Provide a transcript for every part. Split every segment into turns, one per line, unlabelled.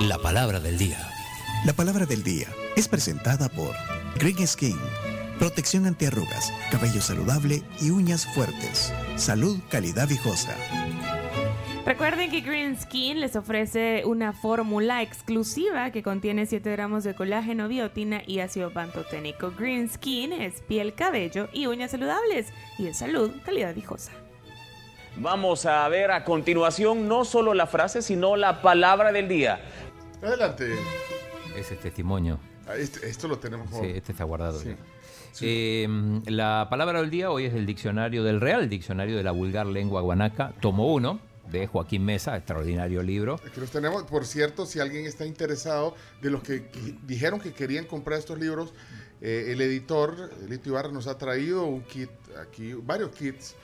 La palabra del día.
La palabra del día es presentada por Green Skin, protección ante arrugas, cabello saludable y uñas fuertes. Salud, calidad viejosa.
Recuerden que Green Skin les ofrece una fórmula exclusiva que contiene 7 gramos de colágeno, biotina y ácido pantoténico. Green Skin es piel, cabello y uñas saludables y es salud, calidad viejosa.
Vamos a ver a continuación no solo la frase, sino la palabra del día.
Adelante.
Ese es este testimonio.
Ah, este- esto lo tenemos.
Sí, este está guardado.
Sí.
ya. Eh, la palabra del día hoy es del diccionario del Real Diccionario de la Vulgar Lengua Guanaca, tomo 1, de Joaquín Mesa, extraordinario libro.
Que los tenemos, por cierto, si alguien está interesado de los que qui- dijeron que querían comprar estos libros, eh, el editor, Lito Ibarra, nos ha traído un kit aquí, varios kits,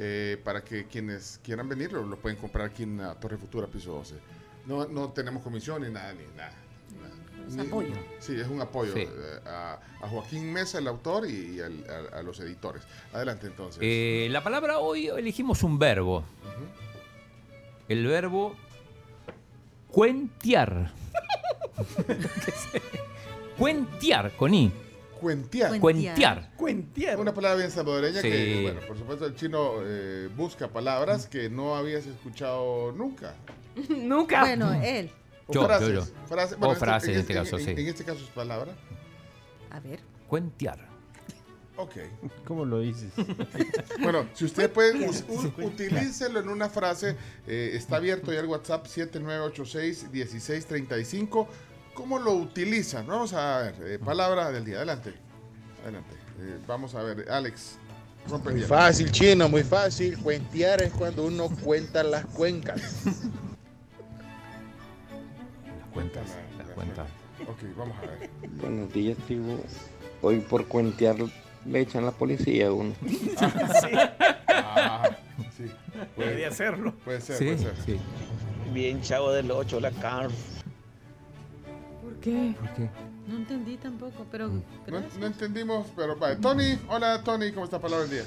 eh, para que quienes quieran venirlo, lo pueden comprar aquí en la Torre Futura, piso 12. No, no tenemos comisión ni nada, ni nada. Es apoyo. Sí, es un apoyo
Sí.
eh, a, a Joaquín Mesa, el autor, y, y al- a, a los editores. Adelante entonces.
Eh, la palabra hoy elegimos un verbo. El verbo cuentear. ¿Qué sé? cuentear, con I.
Cuentear.
Cuentear.
Una palabra bien salvadoreña
Sí.
que, bueno, por supuesto el chino eh, busca palabras que no habías escuchado nunca.
Ah.
Nunca.
Bueno, él.
O
Yo, yo,
frases.
yo.
Frase-
O
bueno,
frases en este caso, sí.
En este caso es palabra.
A ver.
Cuentear.
Ok.
¿Cómo lo dices?
Bueno, si usted puede, us- u- utilícelo en una frase. eh, está abierto ya el WhatsApp 7986-1635. ¿Cómo lo utilizan? Vamos a ver, eh, palabra del día. Adelante. Adelante. Eh, vamos a ver, Alex. rompe el
Muy
hielo.
fácil, chino, muy fácil. Cuentear es cuando uno cuenta las cuencas.
Las cuentas. Las cuentas.
Ok, vamos a ver.
Buenos días, tribu. Hoy por cuentear le echan la policía a uno.
Ah, sí. Puede,
hacerlo.
puede ser,
Sí,
puede ser.
sí.
Bien, chavo del 8, la carne.
¿Por qué?
¿Por qué?
No entendí tampoco, pero.
No, no entendimos, pero vale. Tony, hola Tony, ¿cómo está palabra del día?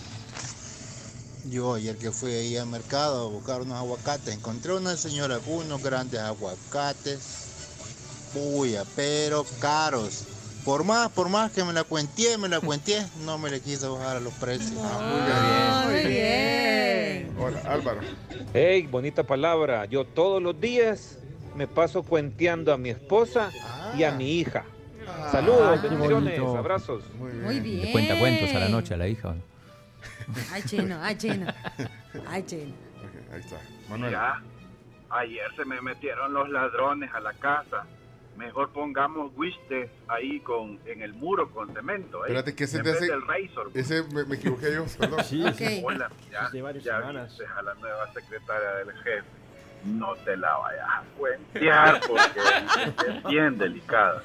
Yo ayer que fui ahí al mercado a buscar unos aguacates, encontré una señora con unos grandes aguacates, puya, pero caros. Por más, por más que me la cuenteé, me la cuenteé, no me le quise bajar a los precios.
Ah, muy bien.
Hola, Álvaro.
Hey, bonita palabra. Yo todos los días me paso cuenteando a mi esposa y
Ah.
a mi hija. Saludos,
Ah, qué
bendiciones,
bonito.
abrazos.
Muy bien.
Muy bien.
Le cuenta cuentos a la noche a la hija. ¿o no?
Ay, chino, ay, chino. Ay, chino.
Ok, ahí está. Manuel.
ayer se me metieron los ladrones a la casa. Mejor pongamos wistes ahí con en el muro con cemento. ¿eh?
Espérate, ¿qué se te hace?
Razor.
Ese me, me equivoqué yo, perdón.
Sí,
Ok.
sí.
Hola, ya,
De varias
ya
semanas.
viste a la nueva secretaria del jefe. No te la vayas a cuentear porque es bien delicada.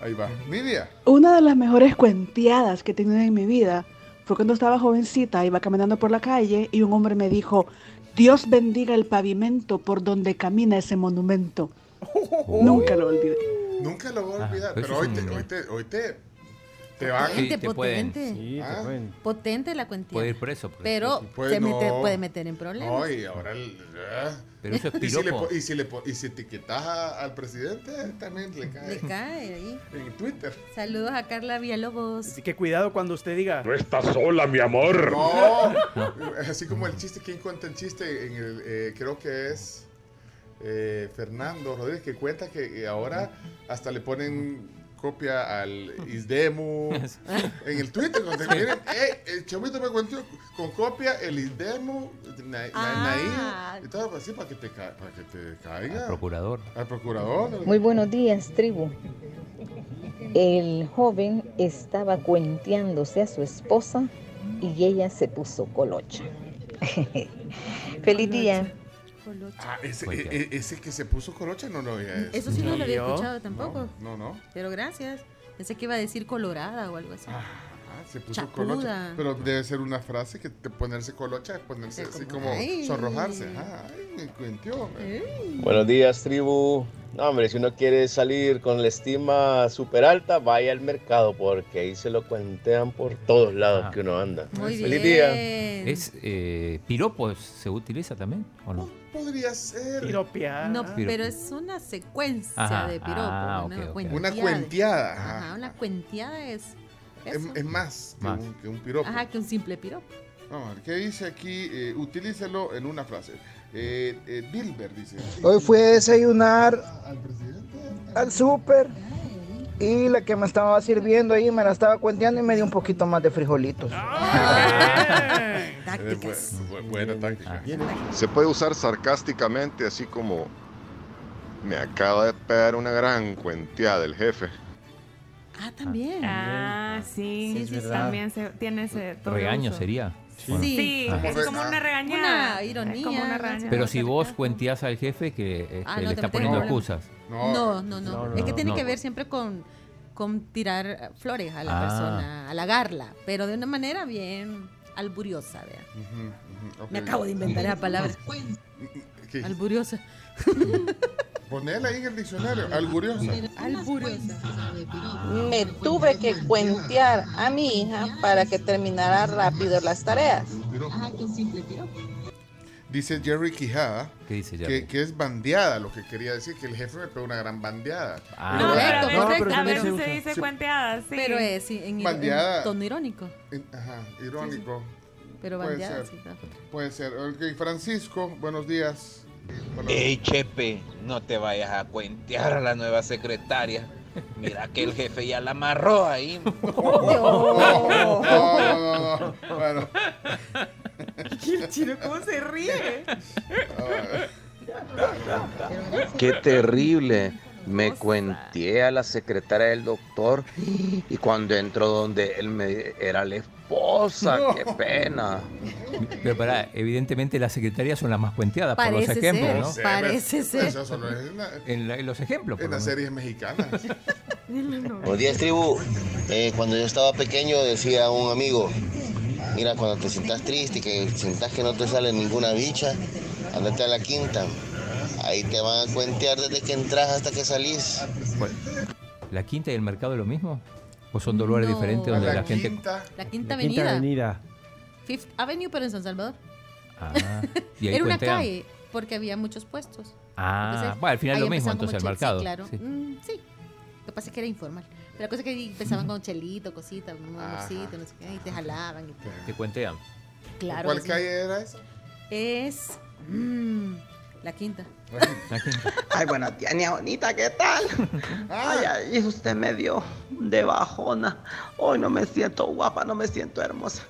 Ahí va. Nidia.
Una de las mejores cuenteadas que he tenido en mi vida fue cuando estaba jovencita, iba caminando por la calle y un hombre me dijo, Dios bendiga el pavimento por donde camina ese monumento. Nunca lo olvidé.
Nunca lo voy a
Ah,
olvidar,
pero
pero hoy
ese es
te,
un-
hoy te, hoy te, te van.
Sí, te
Potente,
pueden,
potente.
Sí,
Ah.
te pueden.
Potente la cuentía.
Puede ir preso. por eso.
pero
Pues
se mete-
no.
puede meter en problemas.
Ay, ahora el- ah.
Pero eso es
¿Y si, le,
piropo.
po- y, si le, po- y si etiquetas a- al presidente, también le cae
Le cae ahí.
en Twitter.
Saludos a Carla Villalobos.
Así que cuidado cuando usted diga.
No, es así como el chiste, ¿quién cuenta el chiste? En el, eh, creo que es eh, Fernando Rodríguez, que cuenta que eh, ahora hasta le ponen copia al Isdemu en el Twitter. Cuando miren, eh, el chomito me contó con copia el Isdemu, na, na-
Ah.
Naim, y todo así para que te, ca- para que te caiga.
Al procurador.
Al procurador.
Muy buenos días, tribu. El joven estaba cuenteándose a su esposa y ella se puso colocha. Feliz día.
Colocha.
Ah, ese,
Cuenta.
e- e- ese que se puso colocha no lo veía.
Eso sí no lo había
¿Yo?
escuchado tampoco.
No, no.
Pero gracias. Pensé que iba a decir colorada o algo así.
Ah, Se puso colocha. Pero debe ser una frase que te- ponerse colocha es ponerse
Es
así
como,
como
"Ay".
sonrojarse. ajá, Ay, me cuentió.
¿Eh?
Buenos días, tribu. No, hombre, si uno quiere salir con la estima súper alta, vaya al mercado, porque ahí se lo cuentean por todos lados que uno anda.
Muy
Feliz
bien.
día.
¿Es eh, piropo? ¿Se utiliza también o no?
Podría ser.
Piropear.
No,
Piropo.
pero es una secuencia
Ajá,
de piropo.
ah,
una,
ok, ok.
cuenteada.
Una cuenteada, ajá.
Ajá, una cuenteada es.
Es,
eso.
es más, Que, un, que un piropo.
Ajá, que un simple piropo.
Vamos a ver, ¿qué dice aquí? Eh, utilícelo en una frase. Eh, eh, Dilber dice.
Hoy fui a desayunar al súper y la que me estaba sirviendo ahí me la estaba cuenteando y me dio un poquito más de frijolitos.
Ah.
Eh, Tácticas. buena táctica.
Se puede usar sarcásticamente, así como me acaba de pegar una gran cuenteada del jefe.
Ah, también.
Ah, sí.
Sí, es
sí,
verdad.
también se, tiene ese todo
Regaño
uso.
sería. ¿o no?
Sí,
Ah.
es como una regañada.
Una ironía,
Es como una
¿no?
regañada.
Pero si vos cuenteás al jefe que este,
Ah, no,
le
te
está
metes
poniendo
en problemas.
excusas.
No, no, no. Es que tiene
no.
que ver siempre con, con tirar eh, flores a la
Ah.
persona, halagarla, pero de una manera bien alburiosa, vea. Me acabo de Ah, inventar esa palabra.
¿Qué?
Alburiosa.
Ponela ahí en el diccionario.
Ah.
Alburiosa.
Alburiosa.
Me tuve que cuentear a mi hija para que terminara rápido las tareas.
Dice Jerry Quijada
dice Jerry?
que, que es bandeada, lo que quería decir, que el jefe me pegó una gran bandeada.
Ah.
No, pero a veces,
No, pero
a
también
veces
se
se,
usa.
dice
Sí.
cuenteada, sí.
Pero es sí, en, en
Bandeada.
tono irónico.
En- Ajá, irónico.
Pero
Puede
bandeada,
ser.
sí,
Puede ser. Ok, Francisco, buenos días.
Ey, Chepe, no te vayas a cuentear a la nueva secretaria. Mira que el jefe ya la amarró ahí.
Oh.
Oh.
Oh, No, no, no, no. oh, Bueno.
El chino, ¿cómo se ríe?
Qué terrible. Me cuenteé a la secretaria del doctor y cuando entró donde él me era la esposa, qué pena.
¿eh?
Pero pará, evidentemente las secretarias son las más cuenteadas por los
Parece
ejemplos,
ser,
¿no?
Sí, parece
Eso ser. solo es en la-
En, la- en los ejemplos.
En las series mexicanas.
Buenos días, Pues, tribu. Eh, cuando yo estaba pequeño decía un amigo, mira, cuando te sientas triste y que sientas que no te sale ninguna bicha, andate a la quinta. Ahí te van a cuentear desde que entras hasta que salís.
¿La quinta y el mercado es lo mismo? ¿O son dolores diferentes donde la, gente...
La Quinta Avenida.
Avenida.
Fifth Avenue, pero en San Salvador.
Ah, y ahí
Era una
cuentean.
calle, porque había muchos puestos.
Ah,
Entonces,
bueno, al final
ahí
lo mismo entonces
empezaban
el mercado.
con chel- Sí, claro.
Sí.
Mm, sí. Lo que pasa es que era informal. Pero la cosa es que ahí empezaban con chelito, cositas, un
Ajá.
amorcito, no sé qué, y te jalaban y todo.
Te cuentean.
Claro.
¿Cuál
que sí.
calle era esa?
Es mm, la quinta.
Ay, buenos días, niña bonita, ¿qué tal? Ay,
Ah,
ay, usted me dio de bajona. Hoy no me siento guapa, no me siento hermosa.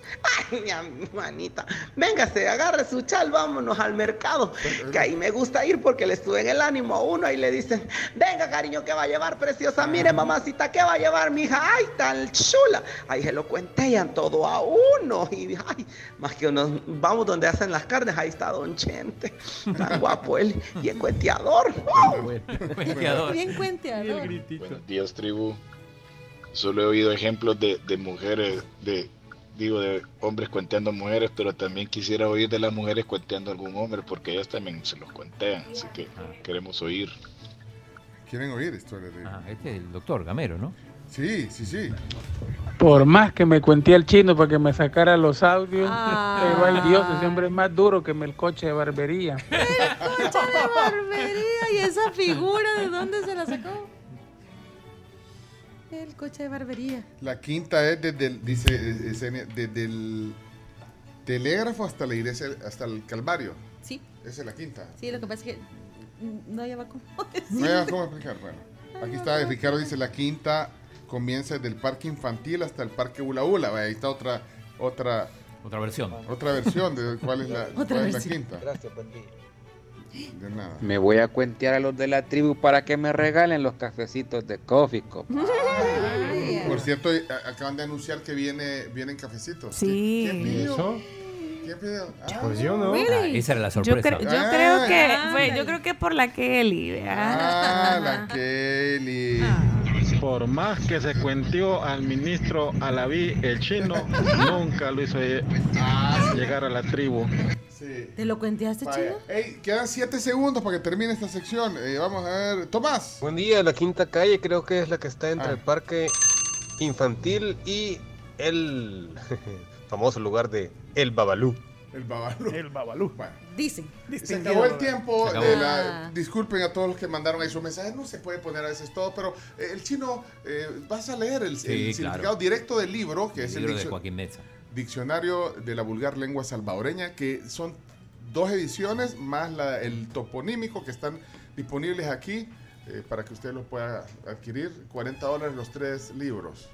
Ay, mi hermanita, véngase, agarre su chal, vámonos al mercado. Que ahí me gusta ir porque le suben el ánimo a uno y le dicen, venga, cariño, ¿qué va a llevar, preciosa? Mire, mamacita, ¿qué va a llevar, mija? Ay, tan chula. Ahí se lo cuentean todo a uno. Y ay, más que uno, vamos donde hacen las carnes, ahí está Don Chente. Tan guapo él y el cuenteador.
Cuenteador.
Bien cuenteador.
Buenos días, tribu. Solo he oído ejemplos de, de mujeres, de digo, de hombres cuenteando mujeres, pero también quisiera oír de las mujeres cuenteando a algún hombre, porque ellas también se los cuentean, así que queremos oír.
Quieren oír historias de.
Ah, este es el doctor Gamero, ¿no?
Sí, sí, sí.
Por más que me cuenté al chino para que me sacara los audios,
Ah.
ahí va el dios, ese hombre es más duro que el coche de barbería.
Concha de barbería y esa figura, ¿de dónde se la sacó? El coche de barbería.
La quinta es desde el, dice, eh, Esenia, desde el telégrafo hasta la iglesia, hasta el Calvario.
Sí.
Esa es la quinta.
Sí, lo que pasa es que mm, no lleva como
No hay nada cómo explicar. Bueno, aquí está, Ricardo dice la quinta comienza desde el parque infantil hasta el parque Ula Ula. Vaya, Ahí está otra, otra,
Otra versión.
otra versión de cuál es la,
Otra
cuál es la
versión.
quinta. Gracias, De nada.
Me voy a cuentear a los de la tribu para que me regalen los cafecitos de Coffee Cup.
Por cierto, eh, a- acaban de anunciar que viene, vienen cafecitos.
Sí.
¿Quién pidió?
¿Eso?
¿Quién pidió? Ah.
Pues yo no. Really? Ah, esa era la
Yo
sorpresa.
cre- Yo,
Ah.
creo
Ah.
que fue, yo creo que por la Kelly, ¿verdad?
Ah, la Kelly.
Por más que se cuenteó al ministro Alaví, el chino nunca lo hizo lle- llegar a la tribu.
¿Te lo cuenteaste,
Ah, Vaya.
chino?
Ey, quedan 7 segundos para que termine esta sección. Eh, vamos a ver. Tomás.
Buen día, la quinta calle creo que es la que está entre
Ah.
el parque infantil y el famoso lugar de El Babalú.
El Babalú. El Babalú.
Dicen.
Se acabó el tiempo.
Se acabó.
de la-
Ah.
disculpen a todos los que mandaron ahí sus mensajes. No se puede poner a veces todo, pero eh, el chino, eh, vas a leer el, el
Sí, claro.
significado directo del libro, que
El
es
libro
el
de
diccio-
Joaquín Mesa.
Diccionario de la Vulgar Lengua Salvadoreña, que son dos ediciones más la- el toponímico que están disponibles aquí eh, para que usted los pueda adquirir. 40 dólares los tres libros.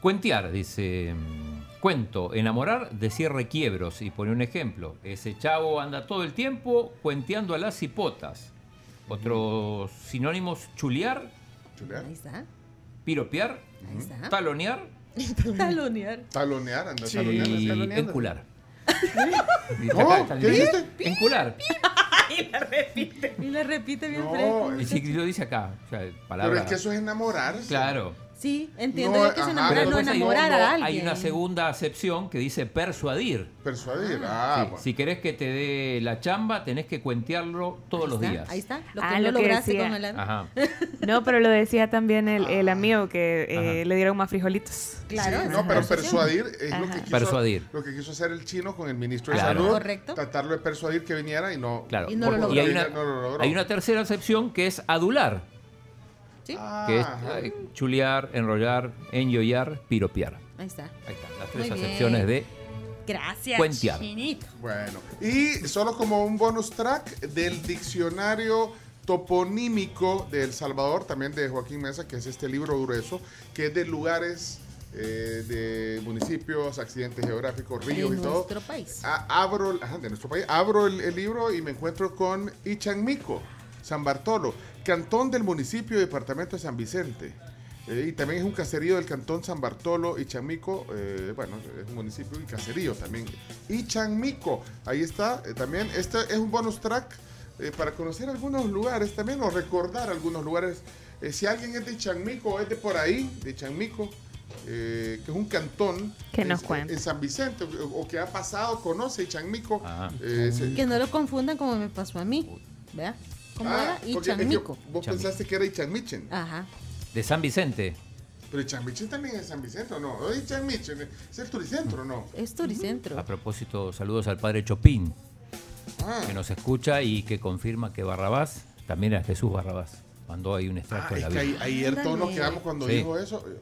Cuentear, dice. mm, Cuento, enamorar de cierre quiebros. Y pone un ejemplo. Ese chavo anda todo el tiempo cuenteando a las hipotas. Otros sinónimos, chulear,
Chulear.
Ahí está.
piropear,
Ahí
¿Ah?
está.
talonear
Talonear.
Talonear, anda
y
taloneando, taloneando.
encular.
¿Cómo? ¿Qué dijiste?
Encular.
Y la repite bien
No,
fresco.
Y si lo dice acá. o sea, palabra-
Pero es que eso es enamorarse.
Claro.
Sí, entiendo
No,
yo que se
ajá,
enamora,
pero
no
pues
entonces hay-
enamorar
no,
a
hay
alguien.
Hay una segunda acepción que dice persuadir.
Persuadir,
Ah.
ah, bueno.
Si querés que te dé la chamba, tenés que cuentearlo todos los
está,
días.
Ahí está. Lo que
Ah,
no
lo que
lograste
decía.
con el ano.
Ajá.
No, pero lo decía también el,
Ah.
el amigo que eh,
Ajá.
le dieron más frijolitos.
Claro,
Sí,
esa
no, pero
es la cuestión.
persuadir es lo que,
Ajá.
quiso,
Persuadir.
lo que quiso hacer el chino con el ministro de
Claro.
Salud.
Correcto.
Tratarlo de persuadir que viniera y no.
Claro.
Y no lo
hay, una,
No lo logró.
hay una tercera acepción que es adular,
Sí,
Ah,
que es
Ajá.
eh, chulear, enrollar, enyoyar, piropear.
ahí está.
Ahí están las
Muy
tres
bien.
acepciones de
Gracias,
Cuentear.
chinito.
Bueno, y solo como un bonus track del diccionario toponímico de El Salvador, también de Joaquín Mesa, que es este libro grueso, que es de lugares, eh, de municipios, accidentes geográficos, ríos
De
y todo.
nuestro país.
A- abro, ajá, de nuestro país, abro el, el libro y me encuentro con Ichanmico, San Bartolo, cantón del municipio y departamento de San Vicente. Eh, y también es un caserío del cantón San Bartolo, Ichanmico, eh, bueno, es un municipio y caserío también. Ichanmico, ahí está, eh, también, este es un bonus track eh, para conocer algunos lugares también o recordar algunos lugares. Eh, si alguien es de Ichanmico o es de por ahí, de Ichanmico, eh, que es un cantón eh,
Que nos
en-
cuente.
en San Vicente o o que ha pasado, conoce Chanmico.
Ah.
Eh, se-
Que no lo confundan como me pasó a mí. ¿Vea? ¿Cómo
Ah,
era? Y
porque es que
chanmico.
Vos pensaste que era Ichanmichen,
Ajá.
de San Vicente.
pero Ichanmichen también es San Vicente, ¿o ¿no? Es Ichanmichen, es el turicentro, ¿o ¿no?
Es turicentro.
A propósito, saludos al padre Chopin,
Ah,
que nos escucha y que confirma que Barrabás también era Jesús Barrabás. Mandó ahí un extracto
ah,
de
es
la
que ahí-
Biblia.
ayer todos nos quedamos cuando
Sí.
dijo eso. eh,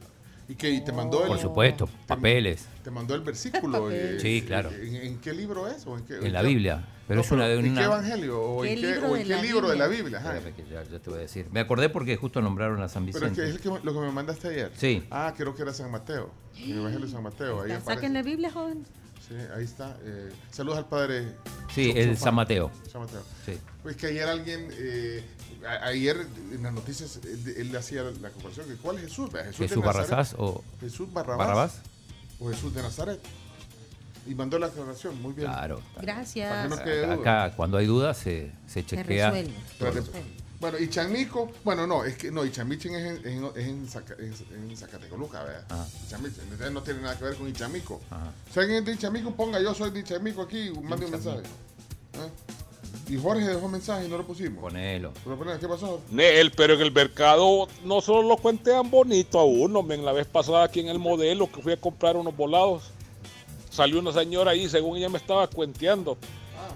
Y que y te mandó el,
Por supuesto, papeles.
te mandó el versículo. eh,
Sí, claro.
¿en, en qué libro es? ¿O en, qué,
En la
qué-
Biblia. Pero
No,
es una de
¿En qué
una.
evangelio? ¿O
¿Qué
en qué,
libro
o
de
en qué
la
libro de la
Biblia?
Biblia? Ajá.
Espérame que ya- ya te voy a decir. Me acordé porque justo nombraron a San
Pero es que es
Vicente.
el que- lo que me mandaste ayer.
Sí.
Ah, creo que era San Mateo. El evangelio de San Mateo. Ahí aparece.
Saquen la Biblia, joven.
Sí, ahí está. Eh, saludos al padre.
Sí,
Chu-
el
Chufán.
San Mateo.
San Mateo.
Sí.
Pues que ayer alguien, eh, a- ayer en las noticias, eh, de- él, hacía la comparación que ¿cuál es Jesús? Vea, de
Jesús
Nazaret.
Barrazás o
Jesús Barrabás,
Barrabás.
o Jesús de Nazaret. Y mandó la aclaración, muy bien.
Claro.
Para que no
Gracias.
quede duda.
Acá, cuando hay dudas, se, se chequea.
resuelve.
Espérate. Bueno, y Chanmico, bueno, no, es que no, y Chamichen es en, en, es en, Zaca- es en Zacatecoluca, ¿verdad?
Ajá.
Ichamichen, entonces no tiene nada que ver con Ichamico.
Ajá.
Si alguien es de Ichamico, ponga yo soy de Ichamico aquí, mande un mensaje. ¿Eh? Y Jorge dejó mensaje y no lo pusimos.
Ponelo.
Pero, pero, ¿Qué pasó?
Nel, pero en el mercado no solo lo cuentean bonito a uno, men, la vez pasada aquí en el modelo que fui a comprar unos volados, salió una señora ahí, según ella me estaba cuenteando.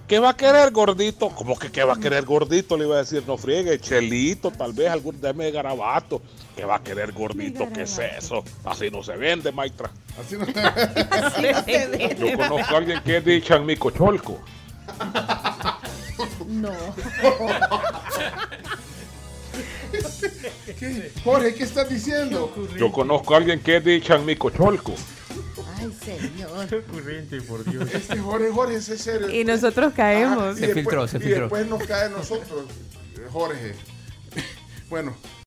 ¿Qué va a querer gordito? ¿Cómo que qué va a querer gordito? Le iba a decir, no friegue, chelito, tal vez algún deme de garabato. ¿Qué va a querer gordito? ¿Qué es eso? Así no se vende, maitra.
Así no
Yo conozco a alguien que es de Chanmico Cholco.
No.
¿Qué? Jorge, ¿qué estás diciendo?
Yo conozco a alguien que es de Chanmico Cholco.
Ay, señor.
Corriente, por Dios. Este Jorge, Jorge, ese es serio. Ah,
Y nosotros caemos.
y
Se filtró, se
y
filtró.
después nos cae a nosotros, Jorge. eh, Bueno,